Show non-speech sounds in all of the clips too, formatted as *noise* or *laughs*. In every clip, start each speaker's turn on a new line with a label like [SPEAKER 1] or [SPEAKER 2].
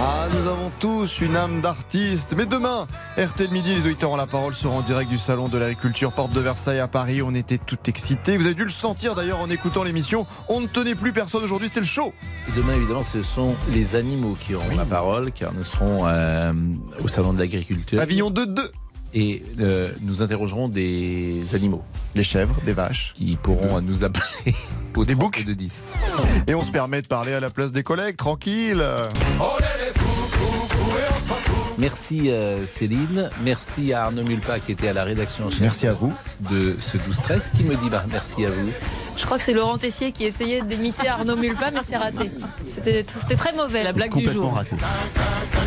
[SPEAKER 1] Ah, nous avons tous une âme d'artiste. Mais demain, RTL Midi, les auditeurs ont la parole, seront en direct du Salon de l'Agriculture, porte de Versailles à Paris. On était tout excités. Vous avez dû le sentir d'ailleurs en écoutant l'émission. On ne tenait plus personne aujourd'hui, c'était le show.
[SPEAKER 2] Et demain, évidemment, ce sont les animaux qui auront la parole, car nous serons euh, au Salon de l'Agriculture.
[SPEAKER 1] Pavillon de 2.
[SPEAKER 2] Et euh, nous interrogerons des animaux
[SPEAKER 1] Des chèvres, des vaches.
[SPEAKER 2] qui pourront euh, nous appeler *laughs* au
[SPEAKER 1] Des
[SPEAKER 2] 30
[SPEAKER 1] boucs
[SPEAKER 2] de 10.
[SPEAKER 1] Et on se permet de parler à la place des collègues, tranquille.
[SPEAKER 2] Merci euh, Céline, merci à Arnaud Mulpa qui était à la rédaction en chef
[SPEAKER 1] Merci à vous.
[SPEAKER 2] de ce 12-13 qui me dit bah, merci à vous.
[SPEAKER 3] Je crois que c'est Laurent Tessier qui essayait d'imiter Arnaud Mulpa, mais c'est raté. C'était c'était très mauvais.
[SPEAKER 4] La blague du jour.
[SPEAKER 5] raté.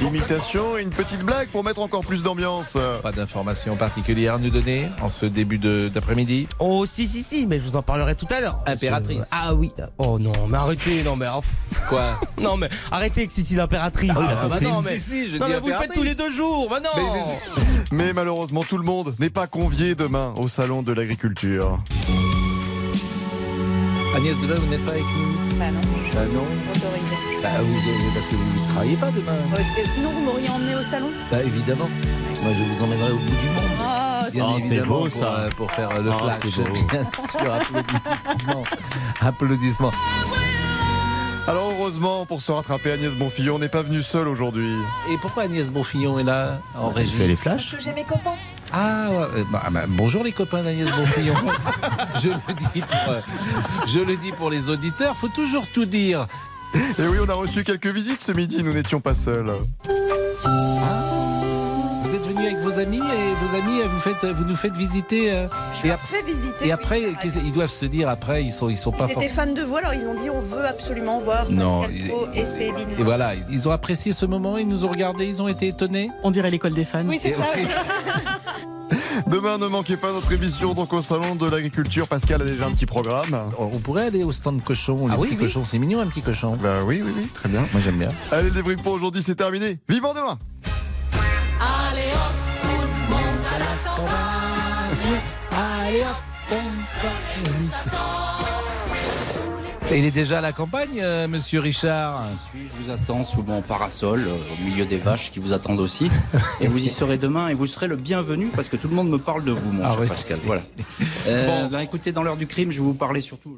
[SPEAKER 1] Imitation et une petite blague pour mettre encore plus d'ambiance.
[SPEAKER 2] Pas d'informations particulières à nous donner en ce début de- d'après-midi
[SPEAKER 4] Oh si si si, mais je vous en parlerai tout à l'heure.
[SPEAKER 2] Impératrice.
[SPEAKER 4] Parce que- Ah oui. Oh non, mais arrêtez, non mais oh, pff,
[SPEAKER 2] Quoi
[SPEAKER 4] *laughs* non mais arrêtez avec Sissi l'impératrice. Ah, bah non mais,
[SPEAKER 2] Si, si, je
[SPEAKER 4] non,
[SPEAKER 2] dis
[SPEAKER 4] mais vous le faites
[SPEAKER 2] impératrice.
[SPEAKER 4] tous les deux jours. Bah non.
[SPEAKER 2] Mais-
[SPEAKER 1] Mais malheureusement, tout le monde n'est pas convié demain au Salon de l'Agriculture.
[SPEAKER 2] Agnès Demain, vous n'êtes pas avec nous
[SPEAKER 6] Bah non,
[SPEAKER 2] Bah non. Bah vous devez- parce que vous ne travaillez pas demain.
[SPEAKER 6] Sinon, vous m'auriez emmené au salon
[SPEAKER 2] Bah évidemment. Moi je vous emmènerai au bout du monde.
[SPEAKER 6] Ah,
[SPEAKER 2] Bien
[SPEAKER 5] Ah, c'est
[SPEAKER 2] évidemment,
[SPEAKER 5] beau,
[SPEAKER 2] pour,
[SPEAKER 5] ça.
[SPEAKER 2] euh, Pour faire euh, le
[SPEAKER 5] Ah,
[SPEAKER 2] flash.
[SPEAKER 5] c'est beau.
[SPEAKER 2] *laughs* Bien sûr, applaudissements. applaudissements.
[SPEAKER 1] Alors heureusement, pour se rattraper, Agnès Bonfillon n'est pas venue seule aujourd'hui.
[SPEAKER 2] Et pourquoi Agnès Bonfillon est là en
[SPEAKER 5] Il fait
[SPEAKER 2] régie
[SPEAKER 5] les flashs
[SPEAKER 6] que j'ai mes copains.
[SPEAKER 2] Ah, ouais, euh, bah, bah, bonjour les copains d'Agnès
[SPEAKER 5] *laughs*
[SPEAKER 2] Bonfillon. je, le dis pour, euh, je le dis pour les auditeurs, faut toujours tout dire.
[SPEAKER 1] Et oui, on a reçu quelques visites ce midi, nous n'étions pas seuls.
[SPEAKER 2] Vous êtes venus avec vos amis et vos amis, euh, vous, faites, vous nous faites visiter. euh, et, ap-
[SPEAKER 6] Fais visiter.
[SPEAKER 2] et après, qu'est-ce- ils doivent se dire, après, ils sont, ils sont pas
[SPEAKER 6] Ils étaient
[SPEAKER 2] forcément.
[SPEAKER 6] fans de vous, alors ils ont dit on veut absolument voir
[SPEAKER 2] Non,
[SPEAKER 6] Pascal
[SPEAKER 2] ils-
[SPEAKER 6] Pro et Céline.
[SPEAKER 2] Et voilà, ils- ils ont apprécié ce moment, ils nous ont regardés, ils ont été étonnés.
[SPEAKER 4] On dirait l'école des fans.
[SPEAKER 3] Oui, c'est ça.
[SPEAKER 1] Demain, ne manquez pas notre émission donc au Salon de l'Agriculture. Pascal a déjà un petit programme.
[SPEAKER 2] On on pourrait aller au stand cochon. Les
[SPEAKER 4] Ah oui,
[SPEAKER 2] petits
[SPEAKER 4] oui.
[SPEAKER 2] cochons, c'est mignon un petit cochon.
[SPEAKER 1] Bah oui, oui, oui, très bien.
[SPEAKER 2] Moi j'aime bien.
[SPEAKER 1] Allez, le débrief pour aujourd'hui, c'est terminé. Vivant demain
[SPEAKER 2] Et il est déjà à la campagne, euh, monsieur Richard.
[SPEAKER 7] suis, je Hein, vous attends sous mon parasol, euh, au milieu des vaches qui vous attendent aussi. Et vous y serez demain et vous serez le bienvenu parce que tout le monde me parle de vous, mon cher
[SPEAKER 2] Arrête.
[SPEAKER 7] Pascal. Voilà. Euh, bah, écoutez, dans l'heure du crime, je vais vous parler surtout.